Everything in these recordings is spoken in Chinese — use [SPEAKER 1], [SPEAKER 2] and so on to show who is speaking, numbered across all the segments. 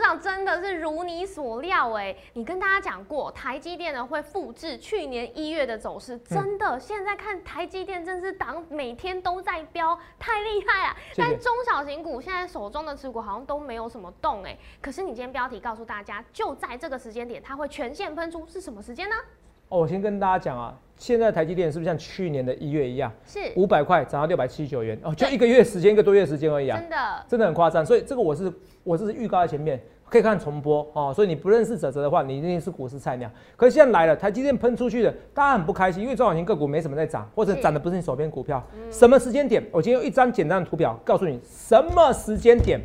[SPEAKER 1] 长真的是如你所料哎、你跟大家讲过，台积电呢会复制去年一月的走
[SPEAKER 2] 嗯
[SPEAKER 1] 势，真的，现在看台积电真是党每天都在飙，太厉害了。
[SPEAKER 2] 谢谢
[SPEAKER 1] 但中小型股现在手中的持股好像都没有什么动哎、可是你今天标题告诉大家，就在这个时间点，它会全线喷出，是什么时间呢？
[SPEAKER 2] 哦，我先跟大家讲啊，现在台积电是不是像去年的一月一样，
[SPEAKER 1] 是
[SPEAKER 2] 五百块涨到六百七十九元？哦，就一个月时间，一个多月时间而已啊，
[SPEAKER 1] 真的，
[SPEAKER 2] 真的很夸张。所以这个我是我这是预告在前面，可以看重播哦。所以你不认识哲哲的话，你一定是股市菜鸟。可是现在来了，台积电喷出去的，大家很不开心，因为中小型个股没什么在涨，或者
[SPEAKER 1] 是
[SPEAKER 2] 涨的不是你手边股票。什么时间点？我今天用一张简单的图表告诉你，什么时间点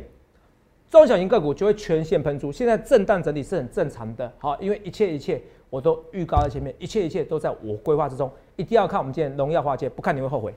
[SPEAKER 2] 中小型个股就会全线喷出。现在震荡整理是很正常的，好，因为一切一切我都预告在前面，一切一切都在我规划之中，一定要看我们今天的荣耀化界，不看你会后悔。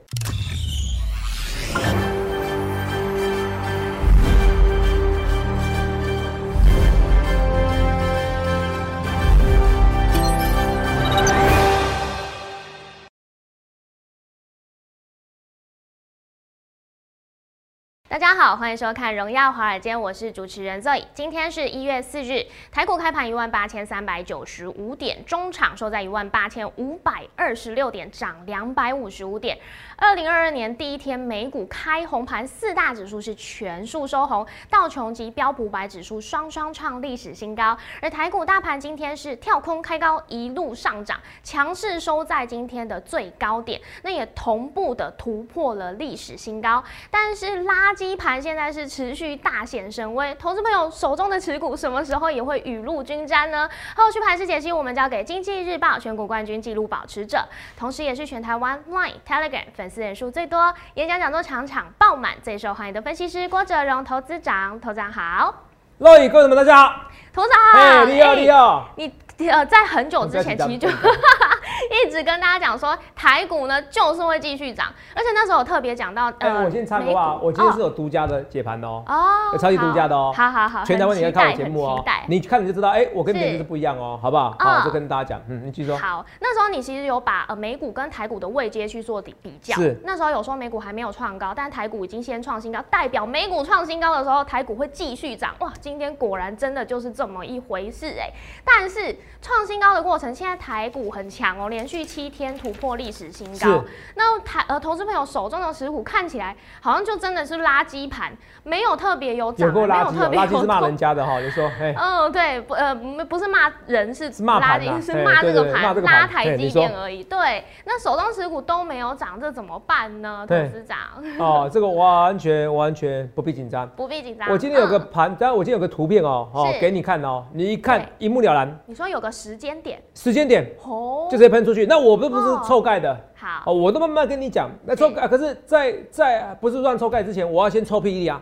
[SPEAKER 1] 大家好，欢迎收看《荣耀华尔街》，我是主持人 Zoe。今天是一月四日，台股开盘一万八千三百九十五点，中场收在一万八千五百二十六点，涨两百五十五点。二零二二年第一天，美股开红盘，四大指数是全数收红，道琼及标普百指数双双创历史新高，而台股大盘今天是跳空开高，一路上涨，强势收在今天的最高点，那也同步的突破了历史新高。但是垃圾盘现在是持续大显神威，投资朋友手中的持股什么时候也会雨露均沾呢？后续盘势解析我们交给经济日报选股冠军纪录保持者，同时也是全台湾 Line、Telegram 粉丝人数最多、演讲讲座场场爆满、最受欢迎的分析师郭哲荣投资长，投资长好，
[SPEAKER 2] 各位各位们，大家好，
[SPEAKER 1] 投资
[SPEAKER 2] 嘿，
[SPEAKER 1] 长好，
[SPEAKER 2] 你好，
[SPEAKER 1] 哎
[SPEAKER 2] 你好。
[SPEAKER 1] 你呃，在很久之前其实就
[SPEAKER 2] 我们在紧张
[SPEAKER 1] 一直跟大家讲说，台股呢就是会继续涨，而且那时候我特别讲到，呃
[SPEAKER 2] 哎、我先插个
[SPEAKER 1] 美股
[SPEAKER 2] 话，我今天是有独家的解盘的哦，
[SPEAKER 1] 哦，
[SPEAKER 2] 有超级独家的哦
[SPEAKER 1] 好好好，
[SPEAKER 2] 全台湾你在看我
[SPEAKER 1] 很期
[SPEAKER 2] 节
[SPEAKER 1] 待
[SPEAKER 2] 目
[SPEAKER 1] 很
[SPEAKER 2] 哦
[SPEAKER 1] 期待，
[SPEAKER 2] 你看你就知道，哎、我跟别人
[SPEAKER 1] 是
[SPEAKER 2] 就是不一样哦，好不好？
[SPEAKER 1] 嗯
[SPEAKER 2] 好，就跟大家讲，嗯，你继续说。
[SPEAKER 1] 好，那时候你其实有把呃美股跟台股的位阶去做比比较，
[SPEAKER 2] 是
[SPEAKER 1] 那时候有说美股还没有创高，但台股已经先创新高，代表美股创新高的时候，台股会继续涨。哇，今天果然真的就是这么一回事哎、但是创新高的过程，现在台股很强哦，连续七天突破历史新
[SPEAKER 2] 是
[SPEAKER 1] 高。那台呃投资朋友手中的持股看起来好像就真的是垃圾盘，没有特别有涨，
[SPEAKER 2] 有够
[SPEAKER 1] 没
[SPEAKER 2] 垃圾
[SPEAKER 1] 有特
[SPEAKER 2] 哦，
[SPEAKER 1] 别有
[SPEAKER 2] 垃圾是骂
[SPEAKER 1] 动
[SPEAKER 2] 人家的哈、就说，哎、
[SPEAKER 1] 嗯，对，不呃，不不是骂人，是
[SPEAKER 2] 是骂
[SPEAKER 1] 拉
[SPEAKER 2] 盘啊
[SPEAKER 1] 是
[SPEAKER 2] 嘿
[SPEAKER 1] 骂
[SPEAKER 2] 对
[SPEAKER 1] 这个
[SPEAKER 2] 对对骂
[SPEAKER 1] 盘
[SPEAKER 2] 这，个
[SPEAKER 1] 拉
[SPEAKER 2] 盘
[SPEAKER 1] 台
[SPEAKER 2] 嘿
[SPEAKER 1] 积
[SPEAKER 2] 你说
[SPEAKER 1] 电而已。对，那手动持股都没有涨，这怎么办呢？投
[SPEAKER 2] 对
[SPEAKER 1] 资长
[SPEAKER 2] 哦，这个完全完全不必紧张。
[SPEAKER 1] 不必紧张。
[SPEAKER 2] 我今天有个
[SPEAKER 1] 嗯，
[SPEAKER 2] 盘，当然我今天有个图片哦，哦
[SPEAKER 1] 是，
[SPEAKER 2] 给你看哦，你一看一目了然，
[SPEAKER 1] 你说有个时间点
[SPEAKER 2] 时间点
[SPEAKER 1] 哦，
[SPEAKER 2] 就直接喷出去。那我不不
[SPEAKER 1] 哦
[SPEAKER 2] 是臭盖的。
[SPEAKER 1] 好，
[SPEAKER 2] 哦，我都慢慢跟你讲。那抽啊盖，可是在，在不是乱抽盖之前，我要先抽屁啊，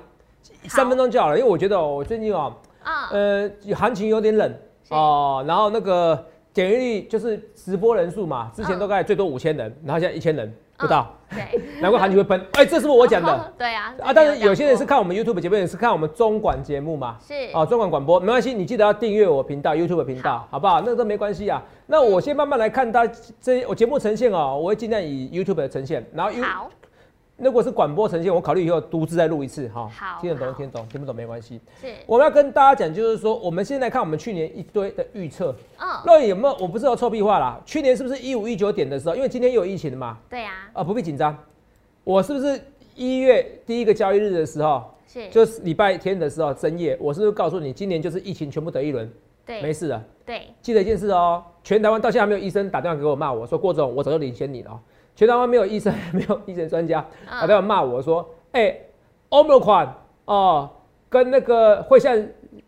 [SPEAKER 2] 三分钟就好了。因为我觉得哦我最近哦，
[SPEAKER 1] 嗯，
[SPEAKER 2] 呃，行情有点冷
[SPEAKER 1] 是
[SPEAKER 2] 哦，然后那个点阅率就是直播人数嘛，之前都大概最多五千人，然后现在一千人不到，
[SPEAKER 1] 对，
[SPEAKER 2] 难怪行情会喷。哎，这是不是 我 讲的？
[SPEAKER 1] 对啊，
[SPEAKER 2] 啊，但是有些人
[SPEAKER 1] 之
[SPEAKER 2] 是
[SPEAKER 1] 前
[SPEAKER 2] 看我们 YouTube 节目，也是看我们中广节目嘛。
[SPEAKER 1] 有讲过
[SPEAKER 2] 哦，中广广播没关系，你记得要订阅我频道 YouTube 频道，好不好？那个都没关系啊。那我先慢慢来看它这我节目呈现哦，我会尽量以 YouTube 的呈现，然后
[SPEAKER 1] 是
[SPEAKER 2] You
[SPEAKER 1] 好，
[SPEAKER 2] 如果是广播呈现，我考虑以后独自再录一次哈。
[SPEAKER 1] 好
[SPEAKER 2] 听得懂
[SPEAKER 1] 好
[SPEAKER 2] 听得懂，听不懂没关系。
[SPEAKER 1] 是
[SPEAKER 2] 我们要跟大家讲，就是说我们现在看我们去年一堆的预测，
[SPEAKER 1] 嗯，
[SPEAKER 2] 那有没有？我不是要臭屁话啦，去年是不是一五一九点的时候？因为今天又有疫情的嘛，
[SPEAKER 1] 对啊，
[SPEAKER 2] 啊，不必紧张。我是不是一月第一个交易日的时候，
[SPEAKER 1] 是，
[SPEAKER 2] 就是礼拜天的时候，深夜，我是不是告诉你，今年就是疫情全部得一轮，没
[SPEAKER 1] 对
[SPEAKER 2] 事的。
[SPEAKER 1] 对，
[SPEAKER 2] 记得一件事哦，全台湾到现在还没有医生打电话给我骂我说郭总，我早就领先你了哦。全台湾没有医生， 没有医生专家
[SPEAKER 1] 嗯啊
[SPEAKER 2] 打电话骂我说，哎、欧 o 款哦，跟那个会像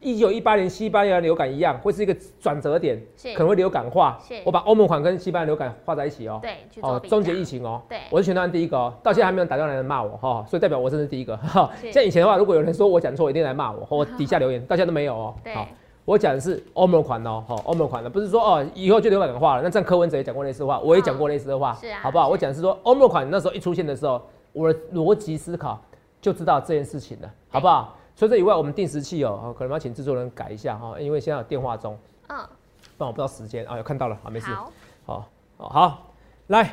[SPEAKER 2] 一九一八年西班牙流感一样，会是一个转折点，
[SPEAKER 1] 是
[SPEAKER 2] 可能会流感化
[SPEAKER 1] 是。
[SPEAKER 2] 我把欧盟款跟西班牙流感画在一起哦。
[SPEAKER 1] 对，去做
[SPEAKER 2] 哦，
[SPEAKER 1] 比较
[SPEAKER 2] 终结疫情哦，
[SPEAKER 1] 对
[SPEAKER 2] 我是全台湾第一个哦，到现在还没有人打电话来骂我哈、哦，所以代表我真的是第一个。哈、
[SPEAKER 1] 是
[SPEAKER 2] 像以前的话，如果有人说我讲错，一定来骂我，或、我底下留言，到现在都没有哦。
[SPEAKER 1] 对
[SPEAKER 2] 好，我讲的是欧盟款哦，哈、欧盟款的，不是说哦以后就流感化了。那这样柯文哲也讲过类似的话，我也讲过类似的话，
[SPEAKER 1] 是啊
[SPEAKER 2] 好不好？
[SPEAKER 1] 是
[SPEAKER 2] 我讲的是说欧盟款那时候一出现的时候，我的逻辑思考就知道这件事情了，好不好？除了这以外，我们定时器哦，哦可能要请制作人改一下哈、因为现在有电话中，
[SPEAKER 1] 嗯，
[SPEAKER 2] 不然我不知道时间啊、有看到了，好，没事。
[SPEAKER 1] 好，
[SPEAKER 2] 好，好，好，来，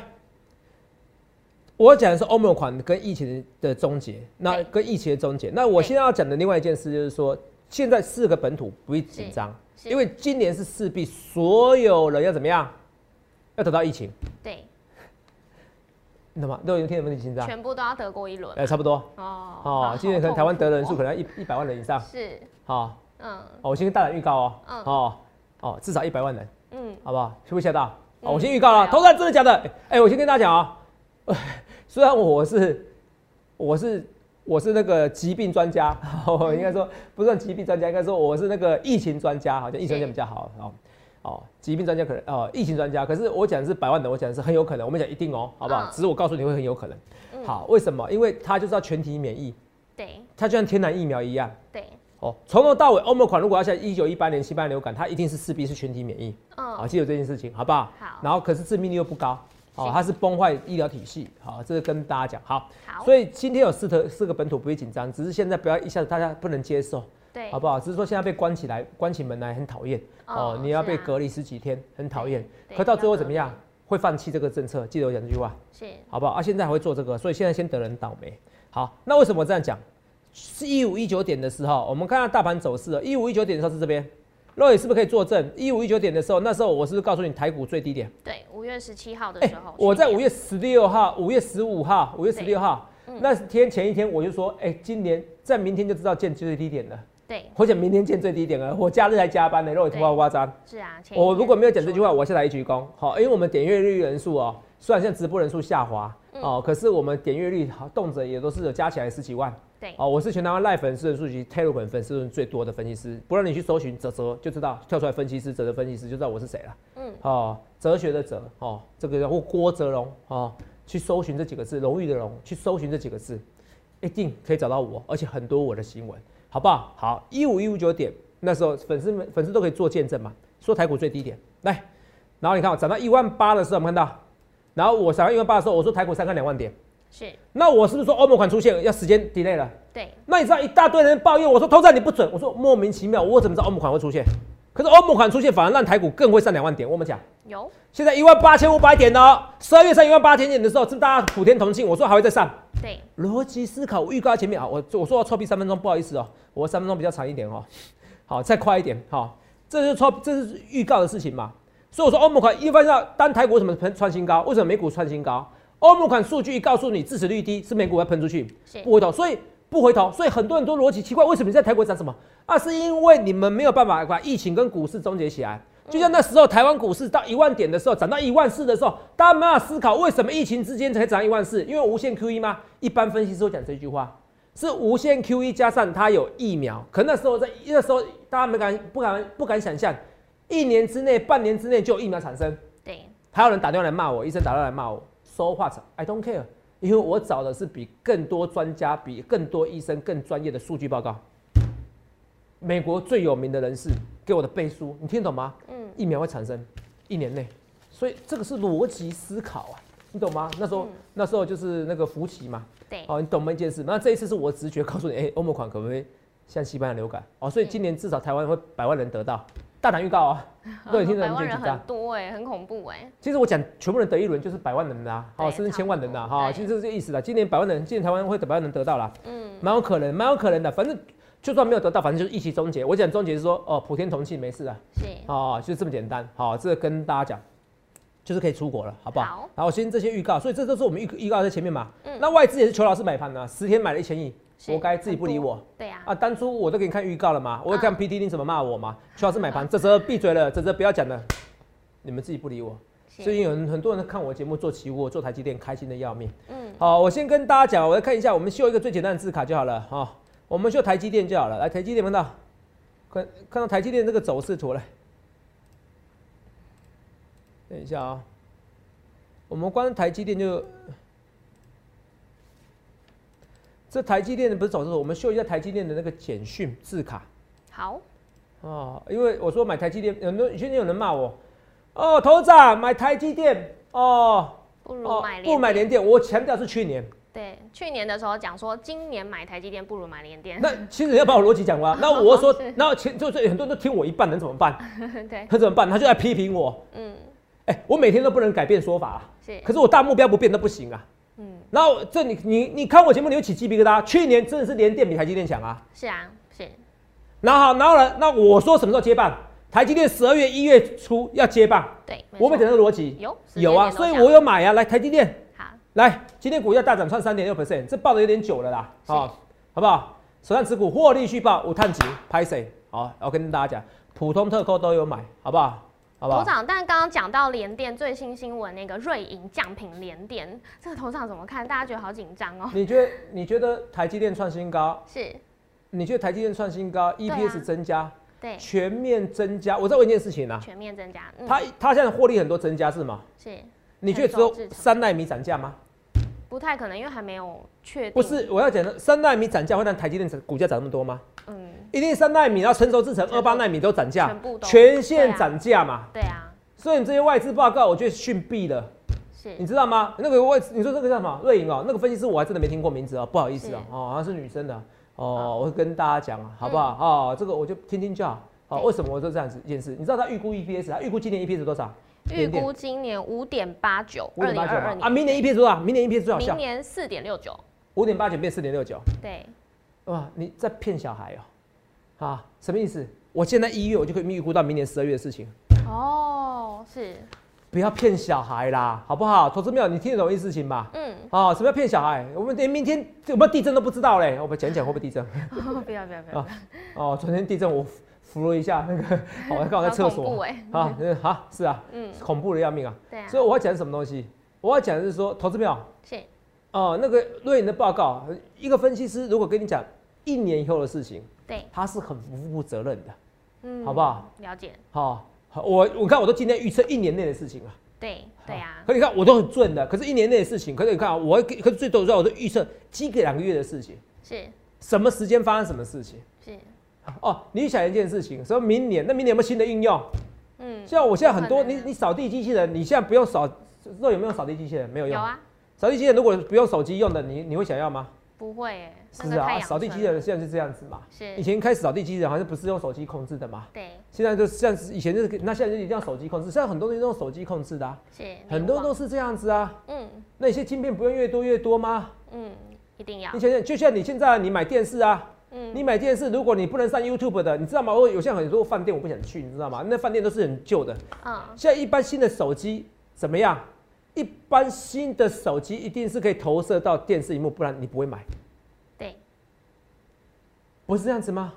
[SPEAKER 2] 我讲的是欧盟款跟疫情的终结，那
[SPEAKER 1] 对
[SPEAKER 2] 跟疫情的终结。那我
[SPEAKER 1] 对
[SPEAKER 2] 现在要讲的另外一件事就是说，现在四个本土不必紧张，
[SPEAKER 1] 是是
[SPEAKER 2] 因为今年是势必所有人要怎么样，要得到疫情，
[SPEAKER 1] 对，
[SPEAKER 2] 你懂吗？都有听有没有紧张？
[SPEAKER 1] 全部都要得过一轮
[SPEAKER 2] 呃，差不多
[SPEAKER 1] 哦
[SPEAKER 2] 哦
[SPEAKER 1] 好。
[SPEAKER 2] 啊今年可能台湾得的人数
[SPEAKER 1] 痛苦
[SPEAKER 2] 可能一一百万人以上，
[SPEAKER 1] 哦是，
[SPEAKER 2] 好，
[SPEAKER 1] 嗯
[SPEAKER 2] 哦我先大胆预告哦
[SPEAKER 1] 嗯，
[SPEAKER 2] 哦哦，至少一百万人，
[SPEAKER 1] 嗯，
[SPEAKER 2] 好不好？是不是吓到？哦，
[SPEAKER 1] 嗯
[SPEAKER 2] 我先预告了，
[SPEAKER 1] 对哦
[SPEAKER 2] 投资人真的假的？哎哎，我先跟大家讲啊，虽然我是我是我是那个疾病专家， 我应该说不算疾病专家，应该说我是那个疫情专家，好像疫情专家比较好哦。哦，疾病专家可能哦，疫情专家，可是我讲的是百万人，我讲的是很有可能，我没讲一定哦，好不好？
[SPEAKER 1] 嗯
[SPEAKER 2] 只是我告诉你会很有可能。
[SPEAKER 1] 嗯
[SPEAKER 2] 好，为什么？因为它就是要全体免疫，
[SPEAKER 1] 对
[SPEAKER 2] 它就像天然疫苗一样。
[SPEAKER 1] 对，
[SPEAKER 2] 哦，从头到尾，欧盟款如果要像一九一八年西班牙流感，它一定是势必是群体免疫。好，
[SPEAKER 1] 嗯
[SPEAKER 2] 啊记得这件事情，好不好？
[SPEAKER 1] 好
[SPEAKER 2] 然后可是致命率又不高，哦
[SPEAKER 1] 是，
[SPEAKER 2] 它是崩坏医疗体系，好、这个跟大家讲，好。
[SPEAKER 1] 好，
[SPEAKER 2] 所以今天有四个四个本土不会紧张，只是现在不要一下子大家不能接受，
[SPEAKER 1] 对
[SPEAKER 2] 好不好？只是说现在被关起来，关起门来很讨厌
[SPEAKER 1] 哦
[SPEAKER 2] 哦，你要
[SPEAKER 1] 是
[SPEAKER 2] 被
[SPEAKER 1] 啊
[SPEAKER 2] 隔离十几天，很讨厌。
[SPEAKER 1] 对
[SPEAKER 2] 可到最后
[SPEAKER 1] 要隔
[SPEAKER 2] 怎么样？会放弃这个政策，记得我讲这句话。
[SPEAKER 1] 是
[SPEAKER 2] 好不好？啊，现在还会做这个，所以现在先得人倒霉。好，那为什么这样讲？是一五一九点的时候，我们看到大盘走势，一五一九点的时候是这边，肉也是不是可以作证？一五一九点的时候，那时候我是不是告诉你台股最低点？
[SPEAKER 1] 对，五月十七号的
[SPEAKER 2] 哎、
[SPEAKER 1] 时候，
[SPEAKER 2] 我在
[SPEAKER 1] 去
[SPEAKER 2] 五
[SPEAKER 1] 年
[SPEAKER 2] 月十六号、五月十五号、五月十
[SPEAKER 1] 对
[SPEAKER 2] 六号那天前一天，我就说，哎、今年在明天就知道见最低点了，
[SPEAKER 1] 对，
[SPEAKER 2] 或者明天见最低点了。我假日还加班呢、肉也
[SPEAKER 1] 对
[SPEAKER 2] 哇哇张。
[SPEAKER 1] 是啊，前一
[SPEAKER 2] 我如
[SPEAKER 1] 天
[SPEAKER 2] 果没有讲这
[SPEAKER 1] 说
[SPEAKER 2] 句话，我下台一鞠躬。好，因为我们点阅率人数哦，虽然现在直播人数下滑、
[SPEAKER 1] 嗯
[SPEAKER 2] 哦，可是我们点阅率好动辄也都是有加起来十几万。
[SPEAKER 1] 对，
[SPEAKER 2] 哦，我是全台湾赖粉丝人数及 Telegram 粉丝人数最多的分析师，不让你去搜寻泽泽就知道跳出来分析师泽泽分析师就知道我是谁了。
[SPEAKER 1] 嗯，
[SPEAKER 2] 哦，哲学的哲哦，这个叫或郭哲荣哦，去搜寻这几个字，荣誉的荣，去搜寻这几个字，一定可以找到我，而且很多我的新闻，好不好？好，一五一五九点，那时候粉丝们粉丝都可以做见证嘛，说台股最低点来，然后你看哦我涨到一万八的时候，我们看到，然后我涨到一万八的时候，我说台股三看两万点，
[SPEAKER 1] 是
[SPEAKER 2] 那我是不是说欧盟款出现要时间 delay 了？
[SPEAKER 1] 对，
[SPEAKER 2] 那你知道一大堆人抱怨我说投资你不准，我说莫名其妙，我怎么知道欧盟款会出现？可是欧盟款出现反而让台股更会上两万点，我们讲。
[SPEAKER 1] 有
[SPEAKER 2] 现在一万八千五百点哦，十二月上一万八千点的时候，是不是大家普天同庆？我说还会再上。
[SPEAKER 1] 对，
[SPEAKER 2] 逻辑思考，我预告前面啊，我我说要臭屁三分钟，不好意思哦，我三分钟比较长一点哦，好，再快一点，好、这就是臭，这是预告的事情嘛。所以我说欧盟款，一般上单台股为什么喷创新高？为什么美股创新高？欧盟款数据一告诉你支持率低，是美股要喷出去，
[SPEAKER 1] 是
[SPEAKER 2] 不回头，所以不回头，所以很多人都逻辑奇怪，为什么你在台股涨什么？啊，是因为你们没有办法把疫情跟股市终结起来。就像那时候台湾股市到一万点的时候，涨到一万四的时候，大家没有思考为什么疫情之间才涨一万四，因为无限 QE 吗？一般分析师会讲这句话，是无限 QE 加上它有疫苗。可那时候在那时候大家没敢不敢不敢想象，一年之内、半年之内就有疫苗产生。
[SPEAKER 1] 对，
[SPEAKER 2] 还有人打电话来骂我，医生打电话来骂我，so what？I don't care，因为我找的是比更多专家、比更多医生更专业的数据报告。美国最有名的人士给我的背书，你听懂吗？
[SPEAKER 1] 嗯，
[SPEAKER 2] 疫苗会产生一年内，所以这个是逻辑思考啊，你懂吗？那时候、
[SPEAKER 1] 嗯哎
[SPEAKER 2] 那时候就是那个福奇嘛，
[SPEAKER 1] 对，
[SPEAKER 2] 哦，你懂吗一件事？那这一次是我直觉告诉你，哎、欧盟款可不可以像西班牙流感？哦，所以今年至少台湾会百万人得到，大胆预告 啊！对，听得
[SPEAKER 1] 百
[SPEAKER 2] 很
[SPEAKER 1] 万
[SPEAKER 2] 紧
[SPEAKER 1] 人
[SPEAKER 2] 紧张
[SPEAKER 1] 很。多哎，很恐怖哎，
[SPEAKER 2] 其实我讲全部人得一轮就是百万人啦、
[SPEAKER 1] 对
[SPEAKER 2] 哦，甚至千万人啦、
[SPEAKER 1] 差不多
[SPEAKER 2] 哈、
[SPEAKER 1] 对
[SPEAKER 2] 其实就是这个意思啦。今年百万人，今年台湾会百万人得到啦，
[SPEAKER 1] 嗯，
[SPEAKER 2] 蛮有可能，蛮有可能的。反正就算没有得到，反正就是一起终结。我讲终结是说，哦，普天同庆，没事啊，
[SPEAKER 1] 是
[SPEAKER 2] 哦，就这么简单。好、这个跟大家讲，就是可以出国了，好不好？
[SPEAKER 1] 好
[SPEAKER 2] 然后先这些预告，所以这都是我们预预告在前面嘛。
[SPEAKER 1] 嗯
[SPEAKER 2] 那外资也是求老师买盘啊，十天买了一千亿，
[SPEAKER 1] 是
[SPEAKER 2] 活该自己不理我。，
[SPEAKER 1] 很多啊对呀，
[SPEAKER 2] 啊，当初我都给你看预告了嘛，我有看 PT 你怎么骂我嘛，邱老师买盘，这则闭嘴了，这则不要讲了，你们自己不理我。
[SPEAKER 1] 是
[SPEAKER 2] 最近有人很多人看我节目做期货、做台积电，开心的要命。
[SPEAKER 1] 嗯，
[SPEAKER 2] 好，我先跟大家讲，我来看一下，我们秀一个最简单的字卡就好了哈、我们秀台积电就好了。来，台积电看到，看看到台积电这个走势图来，等一下啊、我们光台积电就。这台积电的不是走势图，我们秀一下台积电的那个简讯字卡
[SPEAKER 1] 好，
[SPEAKER 2] 哦，因为我说买台积电，很多最近有人骂我，哦，头长买台积电哦，
[SPEAKER 1] 不
[SPEAKER 2] 哦
[SPEAKER 1] 如买
[SPEAKER 2] 不买
[SPEAKER 1] 联
[SPEAKER 2] 联电，我强调是去年。
[SPEAKER 1] 电对，去年的时候讲说，今年买台积电不如买联电，
[SPEAKER 2] 那其实要把我逻辑讲完，那我说
[SPEAKER 1] 是，
[SPEAKER 2] 那前就是很多人都听我一半，
[SPEAKER 1] 嗯
[SPEAKER 2] 能怎么办？
[SPEAKER 1] 对，
[SPEAKER 2] 能怎么办？他就来批评我。
[SPEAKER 1] 嗯，
[SPEAKER 2] 哎、我每天都不能改变说法、啊，
[SPEAKER 1] 是，
[SPEAKER 2] 可是我大目标不变都不行啊。
[SPEAKER 1] 嗯，
[SPEAKER 2] 然后这你你你看我节目，你会起鸡皮疙瘩。去年真的是联电比台积电强啊，
[SPEAKER 1] 是啊，是，
[SPEAKER 2] 然后好，然后呢，那我说什么时候接棒？台积电十二月、一月初要接棒，
[SPEAKER 1] 对，没
[SPEAKER 2] 我们
[SPEAKER 1] 错
[SPEAKER 2] 讲的逻辑
[SPEAKER 1] 有
[SPEAKER 2] 有啊，
[SPEAKER 1] 时间
[SPEAKER 2] 所以
[SPEAKER 1] 点都
[SPEAKER 2] 我有买啊。来，台积电
[SPEAKER 1] 好，
[SPEAKER 2] 来，今天股价大涨，创三点六 percent，这报的有点久了啦，
[SPEAKER 1] 是
[SPEAKER 2] 好、好不好？手上持股获利续报五探级，拍谁？好，我跟大家讲，普通特扣都有买，好不好？好不
[SPEAKER 1] 头
[SPEAKER 2] 好？
[SPEAKER 1] 长，但刚刚讲到联电最新新闻那个瑞银降频联电，这个头长怎么看？大家觉得好紧张哦。
[SPEAKER 2] 你觉得你觉得台积电创新高？
[SPEAKER 1] 是，
[SPEAKER 2] 你觉得台积电创新高
[SPEAKER 1] 啊
[SPEAKER 2] ，EPS 增加，
[SPEAKER 1] 对，
[SPEAKER 2] 全面增加？我再问一件事情啊，
[SPEAKER 1] 全面增加，嗯，
[SPEAKER 2] 它它现在获利很多增加是吗？
[SPEAKER 1] 是
[SPEAKER 2] 你觉得只
[SPEAKER 1] 很
[SPEAKER 2] 有
[SPEAKER 1] 多制成
[SPEAKER 2] 三纳米涨价吗？
[SPEAKER 1] 不太可能，因为还没有确定。
[SPEAKER 2] 不，是，我要讲的三纳米涨价会让台积电股价涨那么多吗？
[SPEAKER 1] 嗯，
[SPEAKER 2] 一定三纳米，然后成熟制程
[SPEAKER 1] 全部
[SPEAKER 2] 二八纳米都涨价
[SPEAKER 1] 全部，都
[SPEAKER 2] 全线涨价嘛。
[SPEAKER 1] 对啊，
[SPEAKER 2] 所以你这些外资报告，我觉得逊毙了，
[SPEAKER 1] 是
[SPEAKER 2] 你知道吗？那个外资，你说那个叫什么瑞银哦，那个分析师我还真的没听过名字哦，不好意思哦，
[SPEAKER 1] 是
[SPEAKER 2] 哦，好像是女生的
[SPEAKER 1] 好
[SPEAKER 2] 哦，我会跟大家讲啊，好不好？哦，这个我就听听就好。好，
[SPEAKER 1] 嗯对
[SPEAKER 2] 为什么我说这样子一件事？你知道他预估 E EPS，他预啊估今年 EPS 多少？
[SPEAKER 1] 预估今年五点八九，二
[SPEAKER 2] 五点
[SPEAKER 1] 零
[SPEAKER 2] 八九
[SPEAKER 1] 二二
[SPEAKER 2] 嘛。
[SPEAKER 1] 年
[SPEAKER 2] 啊，明年 EPS 多少？明年 EPS 最好
[SPEAKER 1] 明
[SPEAKER 2] 笑，
[SPEAKER 1] 年四点六九，
[SPEAKER 2] 五点八九变四点六九。
[SPEAKER 1] 对，
[SPEAKER 2] 哇，你在骗小孩哦！啊，什么意思？我现在一月我就可以预估到明年十二月的事情，
[SPEAKER 1] 哦，是，
[SPEAKER 2] 不要骗小孩啦，好不好？投资没有，你听得懂意思情吧？
[SPEAKER 1] 嗯，
[SPEAKER 2] 啊，什么叫骗小孩？我们连明天有没有地震都不知道嘞。我们讲一讲会不会地震？
[SPEAKER 1] 不要不要不要，
[SPEAKER 2] 哦，昨天地震我扶扶了一下 那个，哦，我刚好在厕
[SPEAKER 1] 好恐怖
[SPEAKER 2] 所。
[SPEAKER 1] 哎，
[SPEAKER 2] 啊，嗯啊，是啊，
[SPEAKER 1] 嗯，
[SPEAKER 2] 恐怖的要命啊！
[SPEAKER 1] 对啊，
[SPEAKER 2] 所以我要讲什么东西？我要讲的是说，投资没有
[SPEAKER 1] 是，
[SPEAKER 2] 哦，那个瑞银的报告，一个分析师如果跟你讲一年以后的事情，
[SPEAKER 1] 对，
[SPEAKER 2] 他是很不负责任的。
[SPEAKER 1] 嗯
[SPEAKER 2] 好不好？哦
[SPEAKER 1] 了解，
[SPEAKER 2] 好、我我看我都尽量预测一年内的事情啊。
[SPEAKER 1] 对对啊，
[SPEAKER 2] 可你看我都很准的，可是一年内的事情，可是你看啊，我会给可是最多的时候我都预测几个两个月的事情，
[SPEAKER 1] 是
[SPEAKER 2] 什么时间发生什么事情。
[SPEAKER 1] 是，
[SPEAKER 2] 哦，你想一件事情，说明年那明年有没有新的应用？
[SPEAKER 1] 嗯，
[SPEAKER 2] 像我现在很多，
[SPEAKER 1] 有可
[SPEAKER 2] 你
[SPEAKER 1] 能啊
[SPEAKER 2] 你扫地机器人，你现在不用扫，那有没有扫地机器人？没有
[SPEAKER 1] 有
[SPEAKER 2] 用。
[SPEAKER 1] 啊，
[SPEAKER 2] 扫地机器人如果不用手机用的，你你会想要吗？
[SPEAKER 1] 不会哎，那
[SPEAKER 2] 是
[SPEAKER 1] 个
[SPEAKER 2] 不是
[SPEAKER 1] 太
[SPEAKER 2] 啊，
[SPEAKER 1] 阳
[SPEAKER 2] 扫地机器
[SPEAKER 1] 村
[SPEAKER 2] 人现在是这样子嘛。以
[SPEAKER 1] 是，
[SPEAKER 2] 前开始扫地机器人好像不是用手机控制的嘛，
[SPEAKER 1] 对
[SPEAKER 2] 现在就像以前就是那现在就一定要手机控制，现在很多东西都用手机控制的、啊。
[SPEAKER 1] 是，
[SPEAKER 2] 很多都是这样子啊。
[SPEAKER 1] 嗯
[SPEAKER 2] 那些晶片不用越多越多吗？
[SPEAKER 1] 嗯，一定要
[SPEAKER 2] 你，想想，就像你现在你买电视啊，
[SPEAKER 1] 嗯，
[SPEAKER 2] 你买电视，如果你不能上 YouTube 的，你知道吗？我有像很多饭店我不想去，你知道吗？那饭店都是很旧的。
[SPEAKER 1] 嗯，
[SPEAKER 2] 现在一般新的手机怎么样？一般新的手机一定是可以投射到电视荧幕，不然你不会买，
[SPEAKER 1] 对，
[SPEAKER 2] 不是这样子吗？